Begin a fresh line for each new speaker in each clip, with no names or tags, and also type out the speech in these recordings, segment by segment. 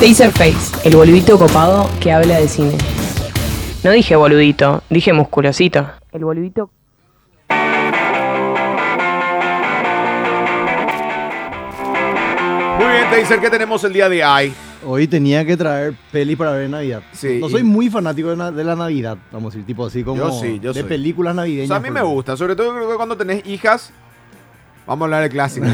Taserface, el boludito copado que habla de cine. No dije boludito, dije musculosito. El boludito.
Muy bien, Taser, ¿qué tenemos el día de hoy?
Hoy tenía que traer peli para ver en Navidad.
Sí,
no
y-
soy muy fanático de, na- de la Navidad, vamos a decir, tipo así como
Yo sí, yo
de
soy.
películas
O
navideñas.
sea, a mí me
porque-
gusta, sobre todo creo que cuando tenés hijas. Vamos a hablar de clásicos.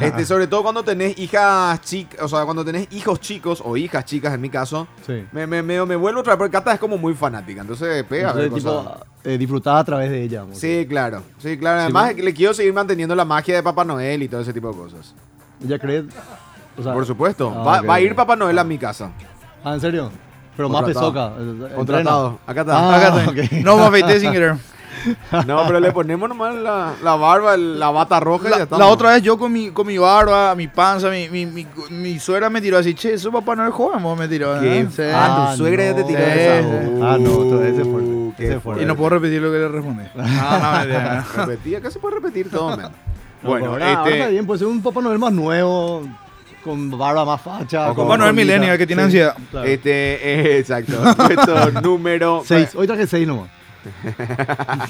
Este, sobre todo cuando tenés hijas chicas, o sea, cuando tenés hijos chicos o hijas chicas en mi caso,
Sí.
me, me, me, me vuelvo otra vez, porque Cata es como muy fanática, entonces pega. ver
Entonces,
cosas.
tipo, eh, disfrutaba a través de ella. vamos a
Sí, claro, sí, claro. Además, le quiero seguir manteniendo la magia de Papá Noel y todo ese tipo de cosas.
decir. Ella cree. o sea-
Por supuesto,
Ah,
va,
ok,
va a
ok.
ir Papá Noel a mi casa.
Ah, ¿en serio? Pero más pesoca.
Contratado.
eh, entrena.
Contratado. Acá está.
Ah,
Acá está.
ok.
No me afeité sin querer.
No, pero le ponemos nomás la, la barba, el- la bata roja y ya
La,
está.
la otra vez yo con mi, con mi barba, mi panza, mi, mi, mi, mi suegra me tiró así, che, eso papá no es joven, vos", me tiró. ¿eh? Sí.
Ah, tu suegra ya te tiró
Sí,
esa.
sí. Ah, no, todo ese es fuerte,
Uh, qué
ese es fuerte.
Y no puedo repetir lo que le respondí. No, no, mentira, no.
Repetí, acá se puede repetir todo, men.
No,
Bueno,
pero ahora- ahora
este-
está bien, puede ser un Papá Noel más nuevo, con barba más facha.
O
con
Papá Noel
colita.
millennial que tiene ansiedad.
claro.
Este, eh, exacto. Puesto número.
Seis. Hoy traje seis nomás.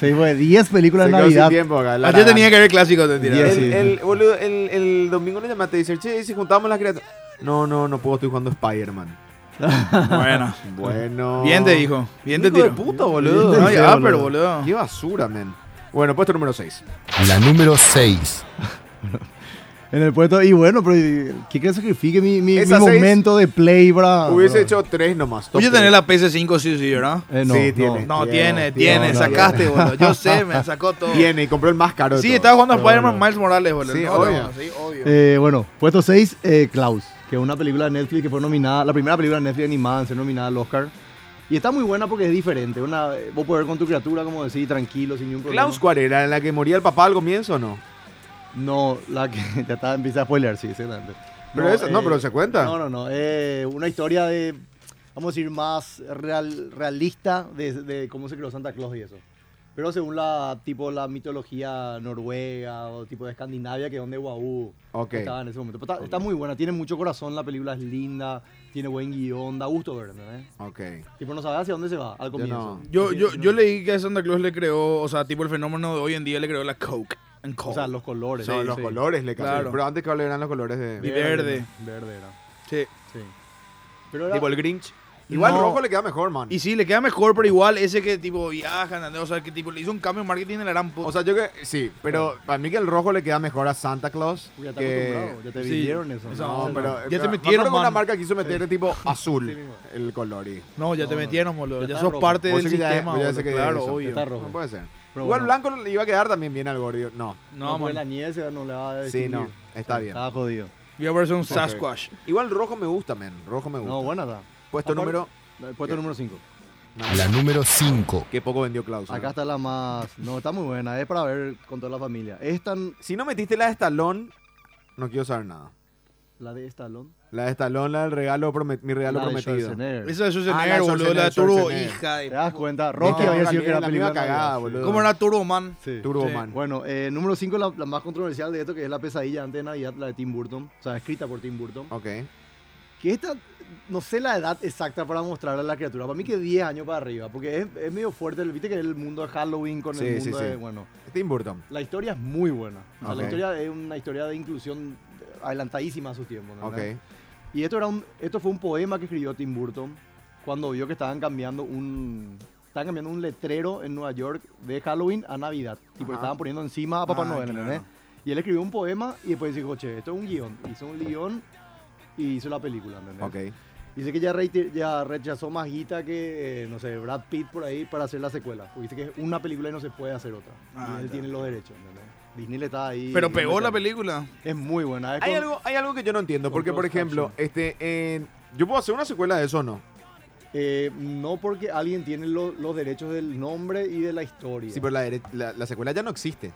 seis, fue diez películas
Se
de
quedó sin
Navidad.
tiempo acá. la harán.
Ayer Ah, tenía que ver clásico, te
El,
tiró.
Diez. Sí.
el- boludo, el- el domingo le llamaste y dice, che, si juntamos las criaturas. No, no, no puedo, estoy jugando Spider-Man.
Bueno.
Bueno.
Bien te dijo. Bien te
Hijo de
tiró.
puta, boludo.
Bien
No,
te
Ay,
dijo.
ya,
boludo.
pero boludo.
Qué basura, men. Bueno, puesto número 6.
La número 6.
En el puerto. Y bueno, pero ¿qué crees que sacrifique mi, mi, mi
Esas seis
momento de play, bra?
Hubiese
Ah, Bro.
hecho 3 nomás. top
Tú ya
tres.
tenés la PC5, sí, sí, ¿verdad?
Eh, no,
Sí,
no.
tiene.
No,
Tiene,
tiene,
tiene,
tiene,
no,
sacaste, boludo. Yo sé, me sacó todo.
Viene y compró el más caro. de
Sí,
todos.
estaba jugando a
Pero
Spider-Man
bueno.
Miles Morales, boludo.
Sí,
No,
obvio.
no, sí, obvio.
Eh, bueno, puesto 6, Klaus, que es una película de Netflix que fue nominada, la primera película de Netflix animada en ser nominada al Oscar. Y está muy buena porque es diferente. Una, vos podés ver con tu criatura, como decís, tranquilo, sin ningún problema.
Klaus, ¿cuál era? ¿La que moría el papá al comienzo o no?
No, la que ya está, empieza a spoiler, sí, exactamente.
Pero esa- no, pero se cuenta.
No, no, no. eh, una historia de, vamos a decir, más real, realista de, de cómo se creó Santa Claus y eso. Pero según la, tipo, la mitología noruega o tipo de Escandinavia, que es donde Guau
Ok.
estaba en ese momento. Pero está, está muy buena, tiene mucho corazón, la película es linda, tiene buen guión, da gusto ver, ¿entendés?
Ok.
Tipo, no sabes hacia dónde se va al comienzo.
no.
Yo, yo, yo leí que a Santa Claus le creó, o sea, tipo el fenómeno de hoy en día le creó la Coke. and
O
Coke.
sea, los colores.
No,
sí,
los
sí.
colores le cambiaron.
Claro.
Pero antes que hablaran los colores de.
Bien. verde.
Verde era,
Sí.
sí. Pero era-
Tipo el Grinch. Igual
No.
rojo le queda mejor, man.
Y sí, le queda mejor, pero igual ese que tipo viaja, ¿entendés? o sea, que tipo le hizo un cambio en marketing de la gran puta.
O sea, yo que. Sí, pero para mí que el rojo le queda mejor a Santa Claus.
Uy, ya está
que...
acostumbrado, ya te
sí.
vendieron eso.
No,
No,
pero.
ya te
pero me
metieron,
acuerdo que una
man.
marca quiso meter tipo azul
Sí, mismo.
el color. Y...
no, ya te
no,
metieron, boludo.
ya
Ya,
está
sos
rojo.
parte
Vos
del
sé que ya-
Este sistema,
vos ya
boludo.
sé que
Claro,
eso,
obvio.
está rojo.
No puede ser.
Pero
Igual
bueno.
blanco le iba a quedar también bien al gordio. No.
No,
No,
pues la
man.
nieve se no le va a
Sí,
distinguir.
no. Está bien.
Estaba jodido.
Voy a verse un Sasquatch.
Igual rojo me gusta, men. Rojo me gusta.
No, buena está.
Puesto
Aparte-
número.
El Puesto número 5.
La número 5.
Qué poco vendió Klaus.
Acá
¿no?
está la más... No, está muy buena. Es para ver con toda la familia. Es tan...
Si no metiste la de Stallone, no quiero saber nada.
La de Stallone.
La de Stallone, la del regalo promet- mi regalo
la de
prometido.
Schwarzenegger.
Esa
Ah, la
de
de
Schwarzenegger, boludo. La de
Schwarzenegger,
Turbo,
Schwarzenegger.
hija
¿Te
de.
das cuenta? Rocky
No,
había
la
sido que
mierda,
era
la misma
película de
cagada,
Navidad, sí.
boludo.
¿Cómo era Turbo Man?
Sí.
Turbo
Sí.
Man.
Bueno, eh, número 5, la, la más controversial de esto, que es la pesadilla antes de Navidad, la de Tim Burton. O sea, escrita por Tim Burton.
Ok.
Que esta, no sé la edad exacta para mostrarle a la criatura. Para mí que 10 años para arriba, porque es, es medio fuerte. Viste que el mundo de Halloween con el
Sí, sí,
mundo de...
sí.
Bueno,
Tim Burton.
la historia es muy buena. O sea,
Ok.
La historia es una historia de inclusión adelantadísima a su tiempo. ¿no?
Ok.
Y esto, era un, esto fue un poema que escribió Tim Burton cuando vio que estaban cambiando un... Estaban cambiando un letrero en Nueva York de Halloween a Navidad. Y
Ajá.
le estaban poniendo encima a Papá
Ah,
Noel.
claro.
¿entendés? Y él escribió un poema y después dijo, che, esto es un guión. Hizo un guión y hizo la película. ¿entendés?
Ok.
Dice que ya, reite- ya rechazó más guita que, eh, no sé, Brad Pitt por ahí para hacer la secuela. Porque dice que es una película y no se puede hacer otra.
Ah,
y él
ya.
tiene los derechos. ¿entendés? Disney le está ahí.
Pero pegó la
metiendo.
película.
Es muy buena. es
Hay
con-
algo, hay algo que yo no entiendo. Porque, por
Control
ejemplo,
Action.
este. eh, yo puedo hacer una secuela de eso o no.
eh, no porque alguien tiene lo- los derechos del nombre y de la historia.
Sí, pero la, dere- la, la secuela ya no existe.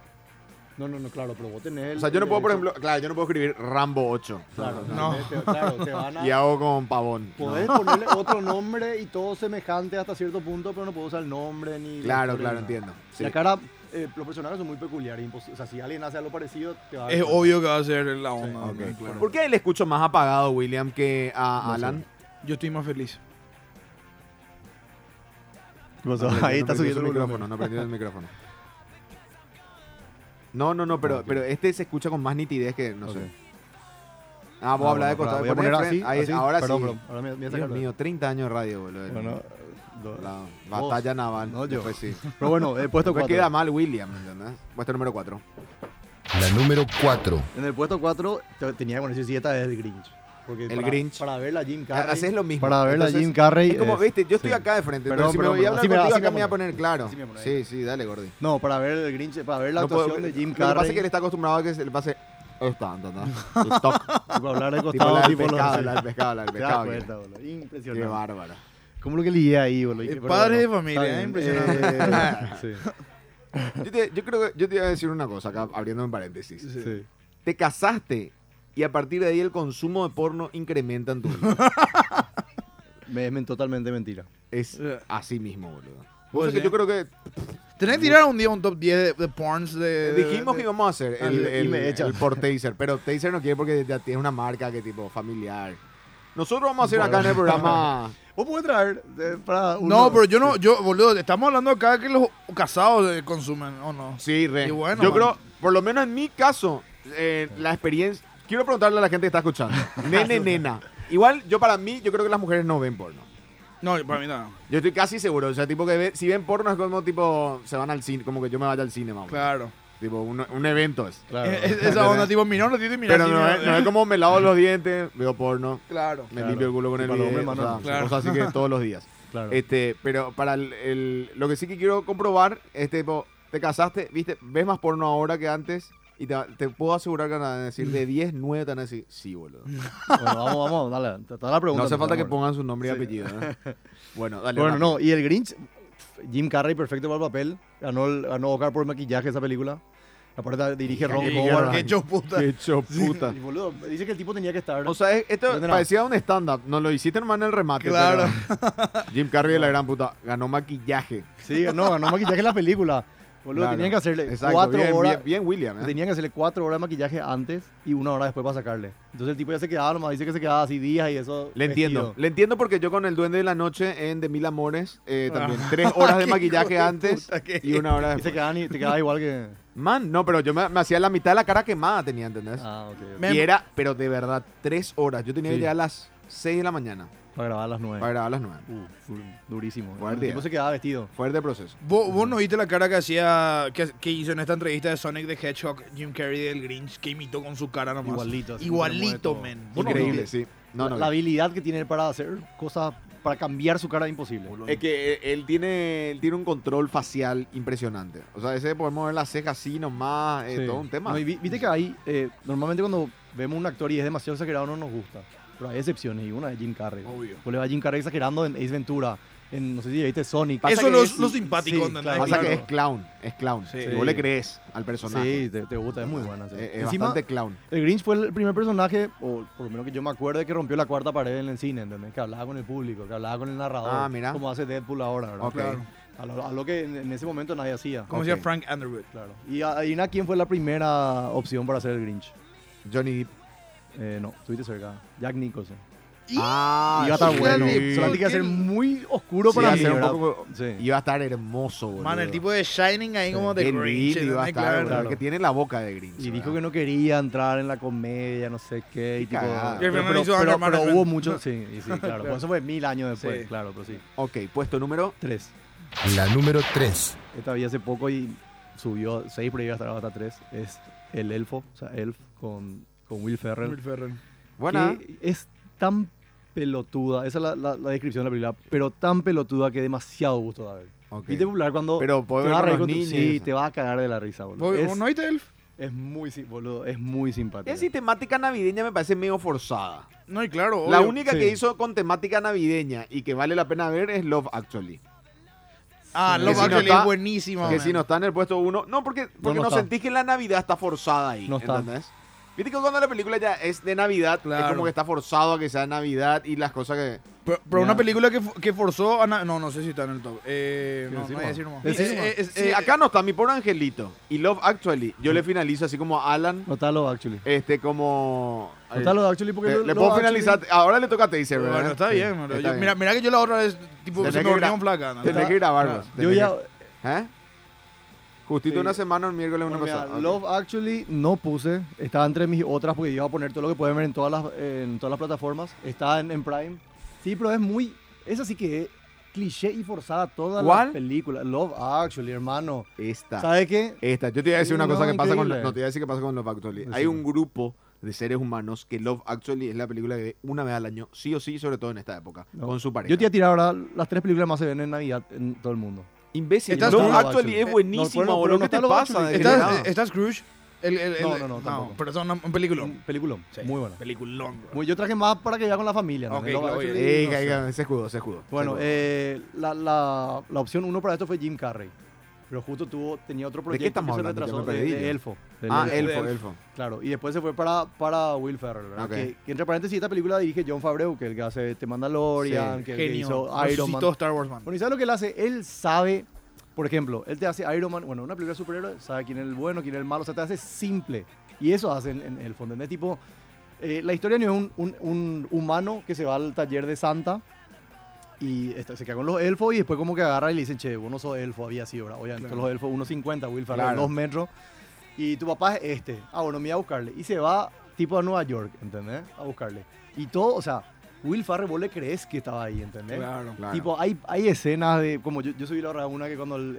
No, no, no, claro, pero vos tenés el-
O sea, yo no
el
puedo, por
derecho-
ejemplo. Claro, yo no puedo escribir Rambo 8.
Claro,
No.
¿entendés? Te, claro, te van a...
Y hago con pavón.
Podés ponerle otro nombre y todo semejante hasta cierto punto, pero no puedo usar el nombre ni... la
Claro, claro,
historia, ni nada.
entiendo. Sí.
La cara eh, los personajes son muy peculiares. impos- O sea, si alguien hace algo parecido, te va a.
Es obvio que va a ser la onda.
Ok,
¿no? Claro.
¿Por qué le escucho más apagado, William, que a
No sé.
Alan?
Yo estoy más feliz.
Ok,
Ahí
no
está
prendió
subiendo
su
el
micrófono. No prendió el micrófono. No, no, no, pero, pero este se escucha con más nitidez que, no sé. Ah, vos hablas de costado.
Voy a
poné
poner así.
frente. Ahí,
así.
Ahora
Perdón,
sí.
perdón, Ahora me, me voy a
Dios
sacarlo.
mío, 30 años de radio, boludo.
Bueno, do-
la batalla naval.
No, yo.
después sí.
Pero bueno, he puesto
Después
4.
queda mal William, ¿entendés? Puesto número 4.
La número 4.
En el puesto 4 tenía que poner si esta es el Grinch. Porque
El
para,
Grinch.
Para ver la Jim Carrey.
Haces lo mismo.
Para ver la
Entonces,
Jim Carrey. eh,
Es como,
es-
viste, yo estoy
sí.
acá de frente.
Perdón,
entonces, si me
perdón,
voy a hablar
perdón. Así me-
contigo,
así
acá me voy a
pones.
poner claro.
Así me pones.
Sí, sí, dale, gordi.
No, para ver el Grinch, para ver la
No puedo-
actuación de Jim
Lo que pasa es
Carrey.
que él está acostumbrado a que se le pase. Está, ¿entendés? El toc.
Tipo, hablar de
Tipo la
costado,
del
tipo los-
pescado, la del pescado, la del
Te das
pescado. que-
cuenta, boludo.
Qué
Impresionante.
bárbaro.
¿Cómo lo que lié ahí, boludo?
El
Pero
padre de
bueno,
familia,
está
¿eh?
bien.
Impresionante.
Eh,
Yo te, yo creo que, yo te iba a decir una cosa acá, abriendo en paréntesis.
sí, sí.
Te casaste y a partir de ahí el consumo de porno incrementa en tu vida.
Me es men- totalmente mentira.
Es
Eh.
así mismo, boludo. Cosa
Pues
que
sí.
yo creo que
Tenés que tirar un día un top 10 de, de porns de, de-
dijimos que
de-
íbamos a hacer
Ah,
el,
y
el,
me echan.
el por Taser, pero Taser no quiere porque ya tiene una marca que tipo familiar. Nosotros vamos a hacer acá en el programa.
¿Vos podés traer eh, para uno?
No, pero yo no, yo, boludo, estamos hablando acá que los casados eh, consumen, ¿o no?
Sí, re.
Y bueno,
yo
man.
creo, por lo menos en mi caso, eh, la experiencia. Quiero preguntarle a la gente que está escuchando. Nene, nena. Igual, yo para mí, yo creo que las mujeres no ven porno.
No, para mí nada.
Yo estoy casi seguro. O sea, tipo que ve- si ven porno es como tipo, se van al cine, como que yo me vaya al cine, mamá.
Claro.
Tipo, un, un evento es.
Claro.
Es- es- esa onda, tipo, mirar, no tiene mirar.
Pero
sí,
no
mirar.
es, no es como me lavo los dientes, veo porno,
Claro.
me
Claro.
limpio el culo con
Y
el
para los
video,
hombres,
o sea,
mano,
claro.
cosas así que todos los días.
claro.
Este, pero para el, el- lo que sí que quiero comprobar es tipo, te casaste, viste, ves más porno ahora que antes y te, te puedo asegurar que van a decir
Mm.
de 10, 9 te van a decir, sí, boludo.
Bueno, vamos, vamos, dale. Te te da la pregunta.
No hace
Mm. por
falta que
favor.
pongan su nombre y
Sí.
apellido. ¿eh? Bueno, dale.
Bueno,
rápido.
no, y el Grinch, pf, Jim Carrey, perfecto para el papel. Ganó, el- ganó Oscar por maquillaje esa película. Aparte dirige Ron
Y-
Howard.
Qué hecho puta.
Qué hecho puta.
Y boludo, dice que el tipo tenía que estar.
O sea, es- esto
Pero de nada.
parecía un stand-up. No lo hiciste nomás en el remate.
Claro.
pero Jim Carrey de la gran puta ganó maquillaje.
sí, no, ganó maquillaje en la película. Boludo,
Claro.
tenían que hacerle
Exacto,
cuatro
bien,
horas.
Bien, bien William. ¿eh?
Tenían que hacerle cuatro horas de maquillaje antes y una hora después para sacarle. Entonces el tipo ya se quedaba nomás, dice que se quedaba así días y eso.
Le entiendo.
vestido.
Le entiendo porque yo con el Duende de la Noche en De Mil Amores eh,
Ah,
también. Tres horas de
Qué
maquillaje
hijo de
antes
puta que-
y una hora
Y se
después.
quedaban y te quedaba igual que.
Man, no, pero yo me, me hacía la mitad de la cara quemada, tenía, ¿entendés?
Ah, ok. ok.
Me-
Y era, pero de verdad, tres horas. Yo tenía que
Sí.
llegar a las seis de la mañana
Para grabar a las nueve.
para grabar a las nueve.
Uh, fu- durísimo.
Buen
el
día.
tipo se quedaba vestido.
Fuerte proceso.
¿Vos, vos no viste la cara que hacía, que, que hizo en esta entrevista de Sonic the Hedgehog, Jim Carrey del Grinch, que imitó con su cara nomás.
Igualito, así,
Igualito,
como le mueve
men.
todo.
Vos no
Increíble,
viste.
sí. No, no.
la, la habilidad que tiene él para hacer cosas, para cambiar su cara es imposible.
Es que eh, él tiene, él tiene un control facial impresionante. O sea, ese de poder mover las cejas así nomás, eh,
Sí.
todo un tema.
No, y vi- viste que ahí, eh, normalmente cuando vemos un actor y es demasiado exagerado no nos gusta. Pero hay excepciones y una es Jim Carrey.
Obvio.
Vos le vas a Jim Carrey exagerando en Ace Ventura, en, no sé si viste Sonic.
Pasa
Eso
que
es lo,
es-
lo simpático,
sí,
¿entendés?
claro.
Pasa que es
Claro.
clown, es clown.
Sí.
Y Vos le crees al personaje.
Sí, te, te gusta, es muy buena. sí.
Es, es
Encima,
eh, bastante clown.
el Grinch fue el primer personaje, o por lo menos que yo me acuerde, que rompió la cuarta pared en el cine, ¿entendés? Que hablaba con el público, que hablaba con el narrador.
Ah, mira.
Como hace Deadpool ahora, ¿verdad?
Ok.
Claro.
A lo, a lo que en, en ese momento nadie hacía.
Como
Ok.
decía Frank Underwood.
Claro. ¿Y adivina quién fue la primera opción para hacer el Grinch?
Johnny Depp.
Eh, no, estuviste cerca. Jack Nicholson.
Ah,
iba a estar
hija
bueno.
de
Solamente que iba a ser
puta.
muy oscuro
Sí,
para
iba a
mí,
ser un
¿verdad?
poco-
Sí.
Iba a estar hermoso, boludo.
Man, el tipo de Shining ahí
Sí.
como de
Qué
Grinch.
lindo iba a
¿entendés?
estar,
Claro.
boludo,
claro.
Que tiene la boca de Grinch.
Y dijo
¿verdad?
que no quería entrar en la comedia, no sé qué. Y tipo,
cagada.
Y al
pero,
final
pero-
hizo
pero-
Iron Man,
pero
al
hubo
final.
mucho. Sí, y sí, claro. Por eso fue mil años después,
Sí.
claro, pero sí.
Ok, puesto número.
Tres.
La número 3.
Esta vi hace poco y subió seis, pero iba a estar hasta tres. Es el elfo, o sea, Elf con, con Will Ferrell.
Will Ferrell.
Buena.
que es tan pelotuda, esa es la, la- la descripción de la película, pero tan pelotuda que demasiado gusto da ver.
Ok.
Viste popular cuando
Pero
te
puedo ver
vas a
con
reír
los
con tu-
niños.
sí, te vas a cagar de la risa, boludo.
¿Vos,
Es,
vos no viste Elf?
es muy, si- boludo, es muy simpático.
Es así, temática navideña me parece medio forzada.
No, y claro.
la
obvio.
única
sí.
que hizo con temática navideña y que vale la pena ver es Love Actually.
Ah,
Que
Love
si no
Actually
está-
es buenísima.
que
man.
si no está en el puesto uno. No, porque, porque no,
no está.
sentís que la Navidad está forzada ahí.
No está.
¿Entendés? Viste que cuando la película ya es de Navidad,
Claro.
es como que está forzado a que sea Navidad y las cosas que.
Pero, pero una
Ya.
película que, fu- que forzó a... na- No, no sé si está en el top. Eh,
Sí,
no, no
decimos.
voy a decir nomás.
Decimos.
Eh, eh, es-
Sí,
eh,
acá no está mi pobre angelito y Love Actually. Yo le finalizo así como a Alan,
No está lo actually.
este como. eh,
No está lo actually porque
Le,
lo-
le
lo
puedo
actually-
finalizar. Ahora le toca a Taser, ¿verdad?
Bueno, está
Sí,
bien, bro.
está
Yo-
bien.
Mira, mira que yo la otra vez, tipo,
Tenés
se me
que
volvió
gra-
un flaca. ¿no?
Tenés que ir a Barbas.
Yo
tenés
ya.
que- ¿Eh? Justito
Sí.
una semana, un miércoles, una
Bueno, mira,
pasada. Ok.
Love Actually no puse. Estaba entre mis otras porque yo iba a poner todo lo que pueden ver en todas las, en todas las plataformas. Está en, en Prime. Sí, pero es muy. Es así que es cliché y forzada toda
¿Cuál?
la película. Love Actually, hermano.
Esta.
¿Sabes qué?
Esta, yo te iba a decir una
No,
cosa que pasa con
increíble.
no te iba a decir que pasa con Love Actually.
Decime.
Hay un grupo de seres humanos que Love Actually es la película que ve una vez al año, sí o sí, sobre todo en esta época,
No.
con su pareja.
Yo te voy a tirar ahora las tres películas más se ven en Navidad en todo el mundo.
imbécil.
Estás-
Love
no,
Actually,
Actually.
es
Eh,
buenísima,
no,
boludo.
pero no
¿Qué te
está Love
pasa?
Actually.
¿Estás, eh,
degenerado?
¿Estás Scrooge? El- el- el-
No, no, no, tampoco.
pero es una- un peliculón.
Un peliculón.
Sí.
Muy bueno.
Peliculón, bro.
Muy- yo traje más para que vea con la familia. ¿no?
Ok,
Love
Claudia.
Actually,
Eh,
no
que-
sé.
que- se escudó, se escudó.
Bueno,
se escudó.
eh, la, la- la opción uno para esto fue Jim Carrey. Pero justo tuvo, tenía otro
qué
proyecto
estamos
que se
hablando? Yo
retrasó
me perdí
de, de
yo.
Elfo. del
ah,
Elfo.
elfo, elfo.
Claro, y después se fue para, para Will Ferrell, ¿verdad?
Ok.
Que, que entre paréntesis esta película dirige John Favreau, que el que hace The Mandalorian,
Sí,
que, el que
Genio.
hizo Iron Man.
Resucitó Star Wars, man.
Bueno, ¿y sabes lo que él hace? Él sabe, por ejemplo, él te hace Iron Man, bueno, una película de superhéroes, sabe quién es el bueno, quién es el malo, o sea, te hace simple. Y eso hace en, en el fondo, ¿entendés? Tipo, eh, la historia no es un, un- un humano que se va al taller de Santa y está- se queda con los elfos y después como que agarra y le dicen, che, vos no sos elfo, había sido, ¿verdad? Obviamente,
Claro.
los elfos 1,50, Will Ferrell,
Claro.
2 metros. Y tu papá es este. Ah, bueno, me voy a buscarle. Y se va tipo a Nueva York, ¿entendés? A buscarle. Y todo, o sea, Will Ferrell, vos le crees que estaba ahí, ¿entendés?
Claro.
Claro.
Tipo, hay, hay escenas de, como yo, yo subí la otra una que cuando el-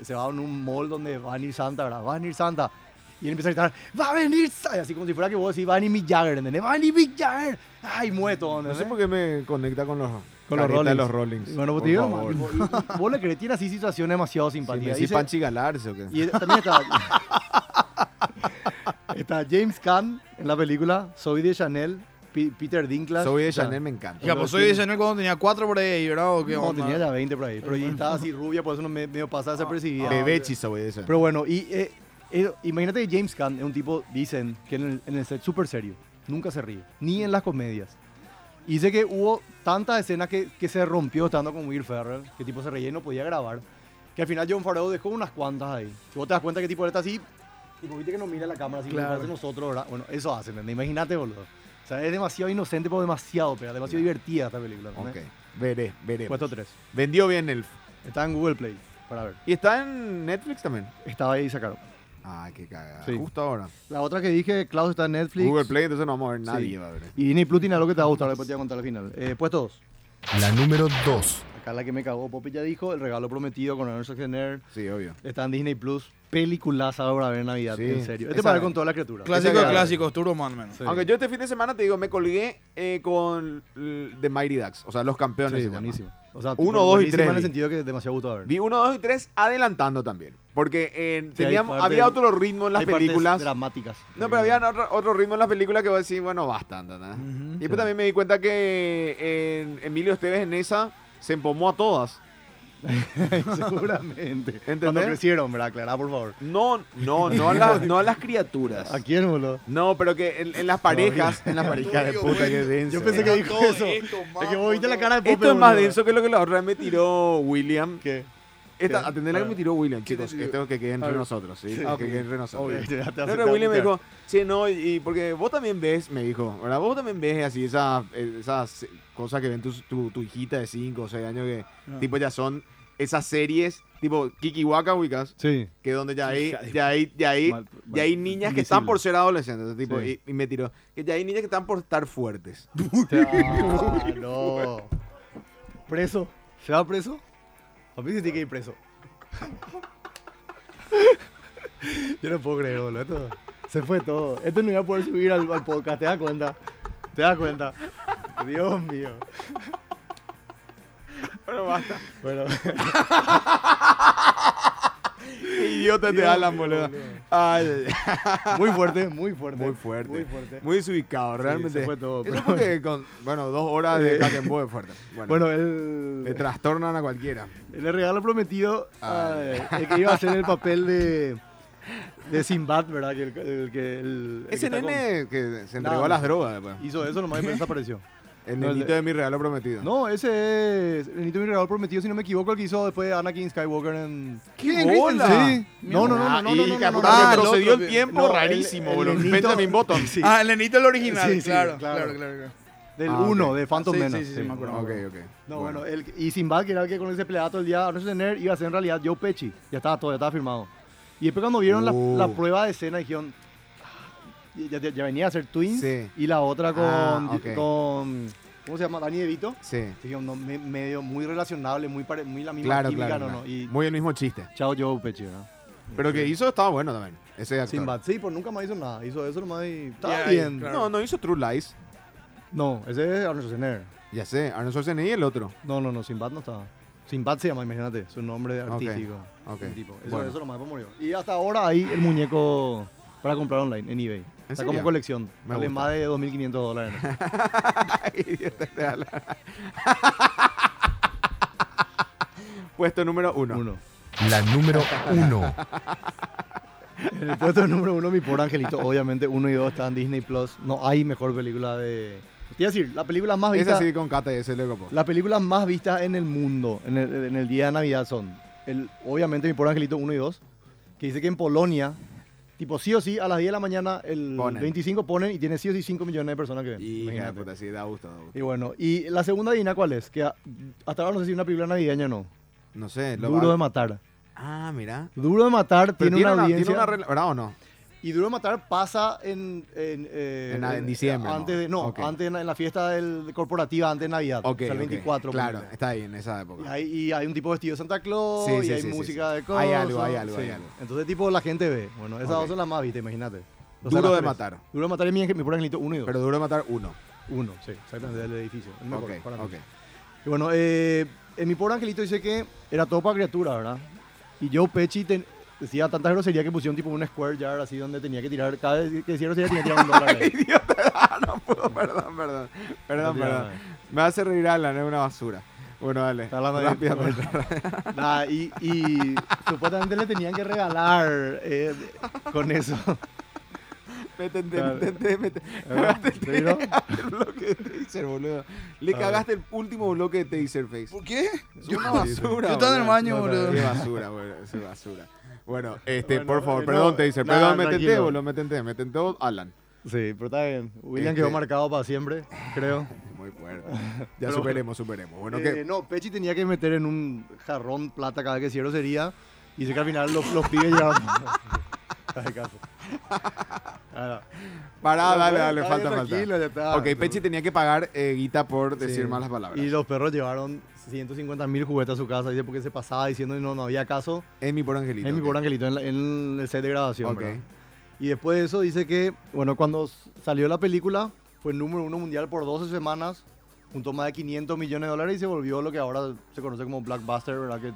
el- se va a un mall donde va a venir Santa, ¿verdad? Va a venir Santa. Y él empieza a gritar, va a venir Santa. Así como si fuera que vos decís, va a venir Mick Jagger, ¿entendés? Va a venir Mick Jagger. Ay, muerto,
no
¿entendés?
sé por qué me conecta con los
¿eh? Con los
careta de
Rollings.
los Rollings.
Bueno, vos
por
te digo,
favor.
tipo, y- y- vos le crees, tiene así situaciones demasiado
Si me
simpáticas. Y
decís
se-
Panchi Galarse o qué.
y también está, está James Caan en la película, Zoe de Chanel, Pi- Peter Dinklage.
Soy de
O sea,
Chanel, me encanta.
Hija, pues soy de Chanel cuando tenía cuatro por ahí, ¿verdad? ¿O qué
No,
onda? Ah,
tenía ya 20 por ahí, pero y estaba así rubia, por eso no me, medio pasaba desapercibida.
Bebechi soy de Chanel.
Pero bueno, y eh, eh, imagínate que James Caan es un tipo, dicen, que en el, en el set súper serio, nunca se ríe, ni en las comedias. Y dice que hubo tantas escenas que, que se rompió estando con Will Ferrell, que tipo se reía y no podía grabar, que al final John Farrow dejó unas cuantas ahí. Si vos te das cuenta que tipo él está así, tipo viste que no mira la cámara, así
Claro.
como parece nosotros, ¿verdad? Bueno, eso hacen, ¿entendés? imagínate, boludo. O sea, es demasiado inocente, pero demasiado, pero demasiado divertida esta película.
Ok,
¿entendés?
veré, veré.
Puesto 3.
Vendió bien el.
Está en Google Play, para ver.
Y está en Netflix también.
Estaba ahí y sacaron.
Ah, qué cagada.
Sí.
Justo ahora.
La otra que dije, Klaus está en Netflix.
Google Play, entonces no vamos a ver nadie.
Sí.
va a ver.
Y Disney Plus tiene algo que te va a gustar, después te voy a contar al final. Eh, puesto 2.
La número 2.
Acá la que me cagó, Poppy ya dijo, El regalo prometido con Arnold Schwarzenegger.
Sí, obvio.
Está en Disney Plus. Peliculaza ahora ver en Navidad,
Sí.
en serio. Este
Esa-
para ver con toda la criatura.
Clásico
Esa
de
era-
clásicos, Turbo Man, man.
Sí.
Aunque yo este fin de semana te digo, me colgué eh, con l- The Mighty Ducks, o sea, los campeones.
Sí,
se llama.
buenísimo. O sea,
Uno, dos y
buenísima
tres
En
vi.
el sentido que es demasiado gusto ver.
Vi uno, dos y tres adelantando también. Porque eh,
Sí, hay
teníamos,
parte-
había otro ritmo en las
Hay partes
películas.
dramáticas.
No, pero había otro, otro ritmo en las películas que vos decís, bueno, basta. anda, anda. y después
sí.
también me di cuenta que eh, Emilio Esteves en esa se empomó a todas.
Seguramente. Cuando
¿Entendés?
crecieron, ¿verdad? Aclará, por favor.
No, no, no a, las, no a las criaturas.
¿A quién, boludo?
No, pero que en, en las parejas, en las parejas de puta que denso.
Yo pensé que
¿verdad?
dijo eso. Es que vos viste la cara de Poppy.
esto es más
Oh, boludo.
denso que lo que la otra vez me tiró William.
¿Qué?
Esta,
¿Qué?
atender la que me tiró William,
¿Qué te
chicos.
tiró?
Esto que quede entre
Ah,
nosotros, sí.
sí.
Que quede entre nosotros.
Obvio, te- te
No,
aceptaba
pero William me
mutear.
dijo, sí, no, y y porque vos también ves, me dijo, ¿verdad? Vos también ves así esas, eh, esas cosas que ven tus- tu, tu hijita de 5 o 6 años que,
Ah.
tipo, ya son esas series, tipo, Kiki Waka, ubicas,
Sí.
que donde ya hay,
Hija de-
ya hay, ya hay,
Mal-
ya hay
mal-
niñas que están
invisible.
por ser adolescentes, tipo,
Sí.
y, y me tiró, que ya hay niñas que están por estar fuertes.
Ah, no. ¿Preso? ¿Se va preso? A mí se tiene que ir preso. Yo no puedo creer, boludo. Esto, se fue todo. Esto no iba a poder subir al, al podcast, ¿te das cuenta? ¿Te das cuenta? Dios mío.
Bueno, basta.
Bueno,
Qué idiota te Alan, boludo. Ay,
muy fuerte, muy fuerte.
muy fuerte.
Muy fuerte.
Muy desubicado, realmente.
se fue todo,
Eso
pero Eh.
porque con, bueno, dos horas de Jack and Boy es fuerte. Bueno,
Bueno, eh,
le
el,
trastornan a cualquiera. Ah.
el regalo prometido, ay, el que iba a hacer el papel de... de Sinbad, ¿verdad? Que el, el que- el- el que
Ese
está con-
nene que se entregó
Nada.
a las drogas después.
hizo eso nomás y desapareció.
El
No, el
nenito
de-
de mi regalo prometido.
No, ese es el Nito Mi Regalo Prometido, si no me equivoco, el que hizo después Anakin Skywalker en...
¿Qué
bola! Sí. No, no, no,
Ah,
no, no, no,
y
no,
que
no, no,
aparte
no, no,
retrocedió
no,
el tiempo
no, el-
rarísimo,
el
boludo.
nenito-
Benjamin Button.
Sí,
Ah, el nenito el original,
Sí, sí,
claro,
claro.
claro, claro, claro.
del
Ah,
1,
ok.
de Phantom
Sí, sí,
Menace.
sí, sí, me acuerdo.
Ok, ok.
No, bueno, el, y Sinbad, que era el que con ese peleaba todo el día, Arnold Schwarzenegger iba a ser en realidad Joe Pesci. Ya estaba todo, ya estaba firmado. Y después cuando vieron la-
Uh.
la, prueba de escena dijeron, "Ah", ya, ya- ya venía a ser Twins
Sí.
y la otra con,
Ah, ok.
con, ¿cómo se llama? Dani DeVito.
Sí,
Dijeron, no, me- medio muy relacionable, muy, pare- muy la misma
claro,
química,
claro.
no,
claro.
no. Y
Muy el mismo chiste.
chao Joe Pesci, ¿verdad?
Pero que hizo estaba bueno también. Ese actor.
Sinbad, sí, pues nunca más hizo nada, hizo eso nomás y... Está
Ya,
bien.
claro.
No, no hizo True Lies.
No, ese es Arnold Schwarzenegger.
Ya sé, Arnold Schwarzenegger y el otro.
No, no, no, Sinbad no estaba. Sinbad se llama, imagínate, su nombre artístico.
ok.
El tipo. Eso,
Bueno.
eso nomás después murió. Y hasta ahora hay el muñeco para comprar online en eBay. Está
serio?
como colección.
Me
Vale
gusta.
más de 2.500 dólares.
Puesto número uno.
Uno.
La número uno.
En el puesto número uno, mi pobre angelito. Obviamente, uno y dos están en Disney Plus. No hay mejor película de. Te iba a decir, la película más
Ese
vista.
sí con Kate, ese pues. le copó.
Las películas más vistas en el mundo en el, en el día de Navidad son, el, obviamente, Mi Pobre Angelito 1 y 2, que dice que en Polonia, tipo sí o sí, a las 10 de la mañana, el
Ponen.
25 ponen y tiene sí o sí 5 millones de personas que ven.
Y hija de
Imagínate.
puta, sí, da gusto, da gusto.
Y bueno, y la segunda adivina cuál es, que a- hasta ahora no sé si es una película navideña o no.
No sé, lo
Duro
va-
de matar.
Ah, mira.
Duro de matar
Pero
tiene, una, audiencia.
tiene una regla- ¿verdad o no?
Y Duro de Matar pasa en. En, eh,
En- en diciembre, ¿no?
Antes de, no,
Ok.
antes en la, en la fiesta del, corporativa, antes de Navidad.
Ok.
o sea, el
ok.
24.
Claro,
ponele.
está ahí en esa
Y
época.
hay, y hay un tipo vestido de Santa Claus,
Sí,
y
sí,
hay
sí, sí,
música
sí.
de cosas.
Hay algo, hay algo, hay algo.
Entonces, tipo, la gente ve. Bueno, esas
Ok.
dos son las más vistas, imagínate. O sea,
Duro
las
de
tres.
matar.
Duro de matar es mi, mi pobre angelito uno y dos.
Pero duro de matar uno.
Uno, sí, exactamente, del edificio. El mejor,
Ok,
para mí.
ok.
Y bueno, eh, en mi pobre angelito dice que era todo para criatura, ¿verdad? Y Joe Pesci ten- decía tanta grosería que pusieron tipo un square jar así donde tenía que tirar, cada vez que decía grosería tenía que tirar un dólar. ahí.
No puedo, perdón, perdón. Perdón,
No,
perdón. Me hace reír Alan, es una basura. Bueno, dale.
Está hablando de-
Rápidamente.
Nada, y, y supuestamente le tenían que regalar eh, con eso.
Mete,
Claro.
mete, mete, mete.
¿Te vieron?
El bloque de Taser, boludo. Le
A
cagaste el último bloque de Taserface.
¿Por qué?
Es una basura.
Yo estaba en el
boludo.
baño,
No, no,
boludo.
Qué basura, boludo. Es basura. Bueno, este,
Bueno,
por favor,
eh,
perdón,
no,
Taser.
nada,
perdón, me tenté,
tranquilo.
boludo. Me tenté, me tentó Alan.
Sí, pero está bien. William
Este-
quedó marcado para siempre, creo.
Muy fuerte. Ya superemos, superemos. Bueno,
Eh,
¿qué?
no, Pechi tenía que meter en un jarrón plata cada que hiciera sería. Y dice que al final los, los pibes llegaron. Ay, caso. Ahora,
Pará,
pero
dale,
bueno,
dale,
está
falta,
bien, tranquilo, ya
falta.
está.
Ok, Pechi tenía que pagar eh, guita por
sí.
decir malas palabras.
Y los perros llevaron 150 mil juguetes a su casa. Dice porque se pasaba diciendo y no, no había caso.
Es mi por angelito.
Es mi
ok.
pobre angelito en, la- en el set de grabación.
Ok.
¿verdad? Y después de eso dice que, bueno, cuando s- salió la película, fue número uno mundial por 12 semanas, juntó más de 500 millones de dólares y se volvió lo que ahora se conoce como blockbuster, ¿verdad? Que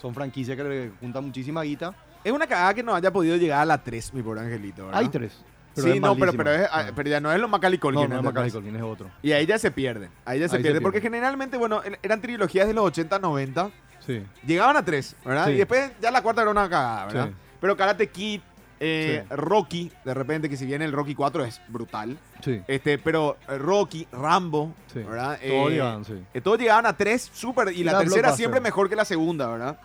son franquicias que le juntan muchísima guita.
Es una cagada que no haya podido llegar a la 3, mi por angelito. ¿verdad?
Hay tres.
sí,
es
no, pero,
malísima.
pero, es-
Ah.
pero ya no es lo Macaulay Culkin,
no, no es
¿entendés?
Macaulay Culkin, es otro.
Y ahí ya se pierde. Ahí ya se
Ahí se
pierde.
pierde.
Porque generalmente, bueno, en- eran trilogías de los 80, 90.
Sí.
Llegaban a tres, ¿verdad?
Sí.
Y después ya la cuarta era una cagada, ¿verdad?
Sí.
Pero Karate Kid, eh,
Sí.
Rocky, de repente, que si bien el Rocky 4 es brutal.
Sí.
Este, pero eh, Rocky, Rambo,
Sí.
¿verdad?
Todos
Eh,
llegaban, sí.
eh, todos llegaban a tres, súper. Y la
Era
tercera
blockbuster.
siempre mejor que la segunda, ¿verdad?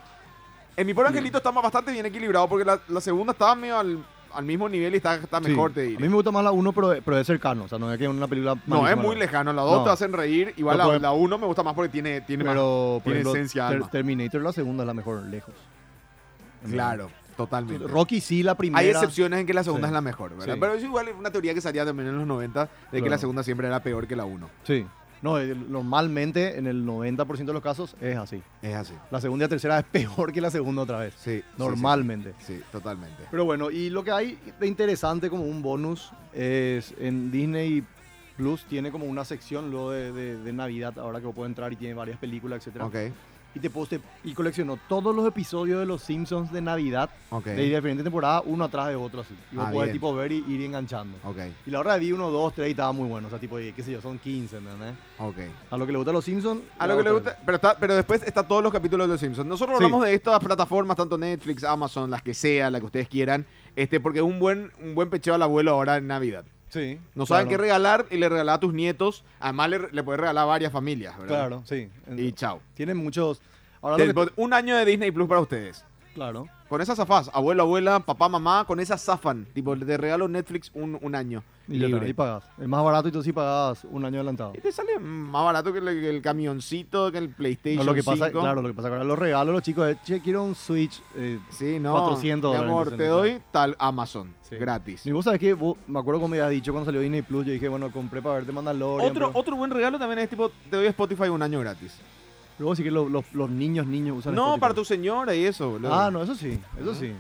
En mi pobre angelito está más- bastante bien equilibrado porque la, la segunda estaba medio al, al mismo nivel y está, está mejor,
Sí.
te
A mí
diré.
me gusta más la uno, pero, pero es cercano. O sea, no es que es una película
No, es
malísima,
muy
¿no?
lejano. La dos
No.
te hacen reír. Igual
No,
la-
pero-
la uno me gusta más porque tiene, tiene más.
Pero, por
tiene
ejemplo,
esencia,
Ter-
alma.
Terminator, la segunda, es la mejor, lejos.
Claro, totalmente.
Rocky sí, la primera.
Hay excepciones en que la segunda
Sí.
es la mejor, ¿verdad?
Sí.
Pero es igual una teoría que salía también en los 90 de que la
Claro.
segunda siempre era peor que la 1.
Sí. No, eh, normalmente en el 90% de los casos es así.
Es así.
La segunda y tercera es peor que la segunda otra vez.
Sí. sí,
Normalmente.
Sí, sí, totalmente.
Pero bueno, y lo que hay de interesante como un bonus es en Disney Plus tiene como una sección luego de, de- de Navidad, ahora que vos podés entrar y tiene varias películas, etcétera.
Ok,
Y te poste y coleccionó todos los episodios de los Simpsons de Navidad
ok.
de diferentes temporadas, uno atrás de otro así. Y vos
Ah,
podés
bien.
tipo ver y ir enganchando.
Ok,
Y la hora de vi uno, dos, tres y estaba muy bueno. O sea, tipo, y qué sé yo, son 15, ¿entendés?
ok.
A lo que le gusta a los Simpsons.
A lo que le gusta, pero, está, pero después está todos los capítulos de Los Simpsons. Nosotros
Sí.
hablamos de estas plataformas, tanto Netflix, Amazon, las que sea, la que ustedes quieran. Este, porque es un buen, un buen pecheo al abuelo ahora en Navidad.
Sí.
No saben qué
claro,
regalar y le regalás a tus nietos. Además, le, le puedes regalar a varias familias, ¿verdad?
Claro, sí.
Y chao.
Tienen muchos. Ahora lo que-
Tengo Un año de Disney Plus para ustedes.
Claro.
Con esas zafás, abuelo, abuela, papá, mamá, con esas zafan. Tipo, te regalo Netflix un, un año.
Y, ya está,
libre.
y pagas. El más barato y tú sí pagas un año adelantado.
Y te sale más barato que el, que el camioncito, que el PlayStation.
No, lo que pasa,
5.
claro, lo que pasa ahora los regalos, los chicos, es, che, quiero un Switch. eh,
Sí, no.
400
Mi
dólares,
amor,
no sé,
te
no sé.
doy tal Amazon.
Sí.
Gratis.
Y vos sabés que vos- me acuerdo como me habías dicho cuando salió Disney Plus, yo dije, bueno, compré para verte Mandalorian.
Otro,
pero,
otro buen regalo también es tipo, te doy Spotify un año gratis.
pero vos sí que los, los- los niños, niños usan
No,
Spotify.
para Ah. tu señora y eso, boludo.
Ah, no, eso sí, eso sí.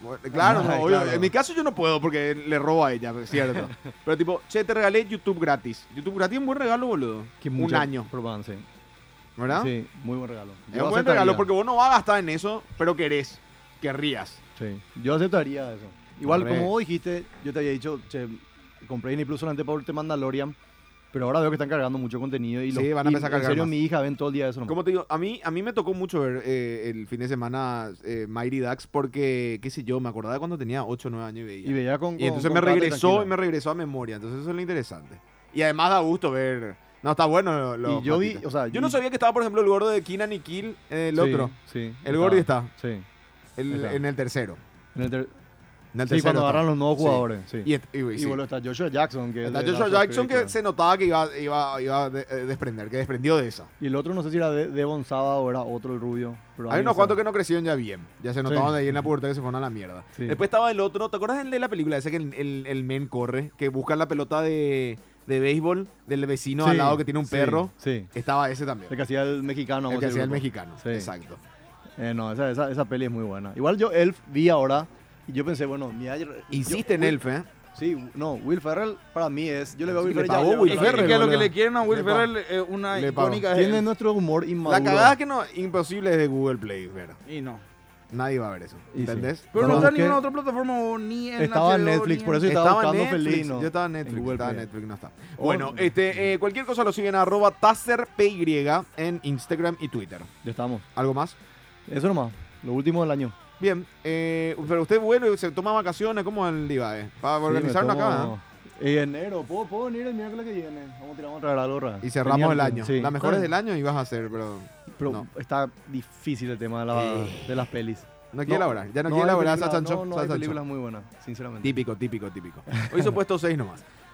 Bueno, Claro, no,
Ay,
obvio,
claro.
en mi caso yo no puedo porque le robo a ella, es cierto. Pero tipo, che, te regalé YouTube gratis. YouTube gratis es un buen regalo, boludo.
Que
un
mucha
año,
propaganda, sí.
¿verdad?
Sí, muy buen regalo.
Es
Yo
un buen
aceptaría,
regalo porque vos no vas a gastar en eso, pero querés, querrías.
Sí, yo aceptaría eso. Igual,
Correcto.
como vos dijiste, yo te había dicho, che, compré Disney Plus solamente por el tema Mandalorian, pero ahora veo que están cargando mucho contenido y
Sí,
los,
van a
y
empezar a
En
cargar
serio,
más.
mi hija ven todo el día eso nomás.
Como te digo, a mí, a mí me tocó mucho ver eh, el fin de semana eh, Mighty Ducks porque, qué sé yo, me acordaba cuando tenía 8 o 9 años y veía.
Y veía con.
Y entonces
con-
me
con Tate
regresó y
tranquila.
me regresó a memoria. Entonces eso es lo interesante. Y además da gusto ver. No, está bueno lo- lo.
Y yo vi,
matitas.
o sea,
yo no
y-
sabía que estaba, por ejemplo, el gordo de Keenan y Kill en el
Sí,
otro.
Sí.
El gordo está.
Sí.
el-
Está.
en el tercero.
En el ter-
En el
sí,
tercero
cuando
está.
agarran los nuevos
Sí.
jugadores. Sí.
Y, et- y- y
Y
sí.
bueno, está Joshua Jackson. Que es
Está
de
Joshua
Dallas
Jackson que
Purdy,
se notaba que iba, iba, iba a de- eh, desprender, que desprendió de esa.
claro. Y el otro no sé si era de- Devon Saba o era otro el rubio. Pero
Hay
alguien
unos
sabe.
cuantos que no crecieron ya bien. Ya se notaban
Sí.
ahí en la pubertad que se fueron a la mierda.
Sí.
Después estaba el otro. ¿Te acuerdas el de la película ese que el, el, el men corre? Que busca la pelota de, de béisbol del vecino
Sí,
al lado que tiene un
sí,
perro.
Sí.
Estaba ese también.
El que hacía el mexicano.
el
vamos
que
a decir,
hacía el
grupo.
mexicano.
Sí.
Exacto.
Eh, no, esa, esa, esa peli es muy buena. Igual yo Elf vi ahora y yo pensé, bueno, mi ayer-
Insiste
yo-
en Elf, ¿eh?
Sí, no, Will Ferrell para mí es. Yo le veo a
Sí,
Will
le
Ferrell. ya-
pagó
ya-
Will
Es
ya-
que- es que lo
boludo.
que le quieren a Will
Le pago.
Ferrell es una
Le pago.
icónica.
Tiene
es-
nuestro humor
La
inmaduro.
cagada es que no, imposible es de Google Play, ver.
Y no.
Nadie va a ver eso.
Y sí.
¿Entendés?
Pero
No,
no, está en
busqué-
ninguna otra plataforma o ni en
Estaba en
HBO,
Netflix,
ni
por
en-
eso estaba
en
buscando
Netflix,
felino.
Yo estaba en
en
Netflix,
Google
estaba en
Play.
Netflix, no está.
Oh.
Bueno, este, eh, cualquier cosa lo siguen a arroba TazerPY en Instagram y Twitter.
Ya estamos.
¿Algo más?
Eso nomás. Lo último del año.
Bien, eh, pero usted bueno y se toma vacaciones, ¿cómo es el IVA? eh? Para organizar
Sí, me
una
tomo-
acá.
Eh, enero, ¿puedo, puedo venir el miércoles que viene. Vamos a tirar vamos a traer algo raro.
¿eh? Y cerramos
Tenía-
el año.
sí.
Las mejores
Ah,
del año ibas a hacer, pero
Pero
no. Eh.
está difícil el tema de, la- de las pelis.
no quiero elaborar. Ya no,
hay
quiero elaborar, se
películas-
achanchó,
No, no
se
hay
achanchó.
películas muy buenas, sinceramente.
Típico, típico, típico. Hoy se puesto seis nomás.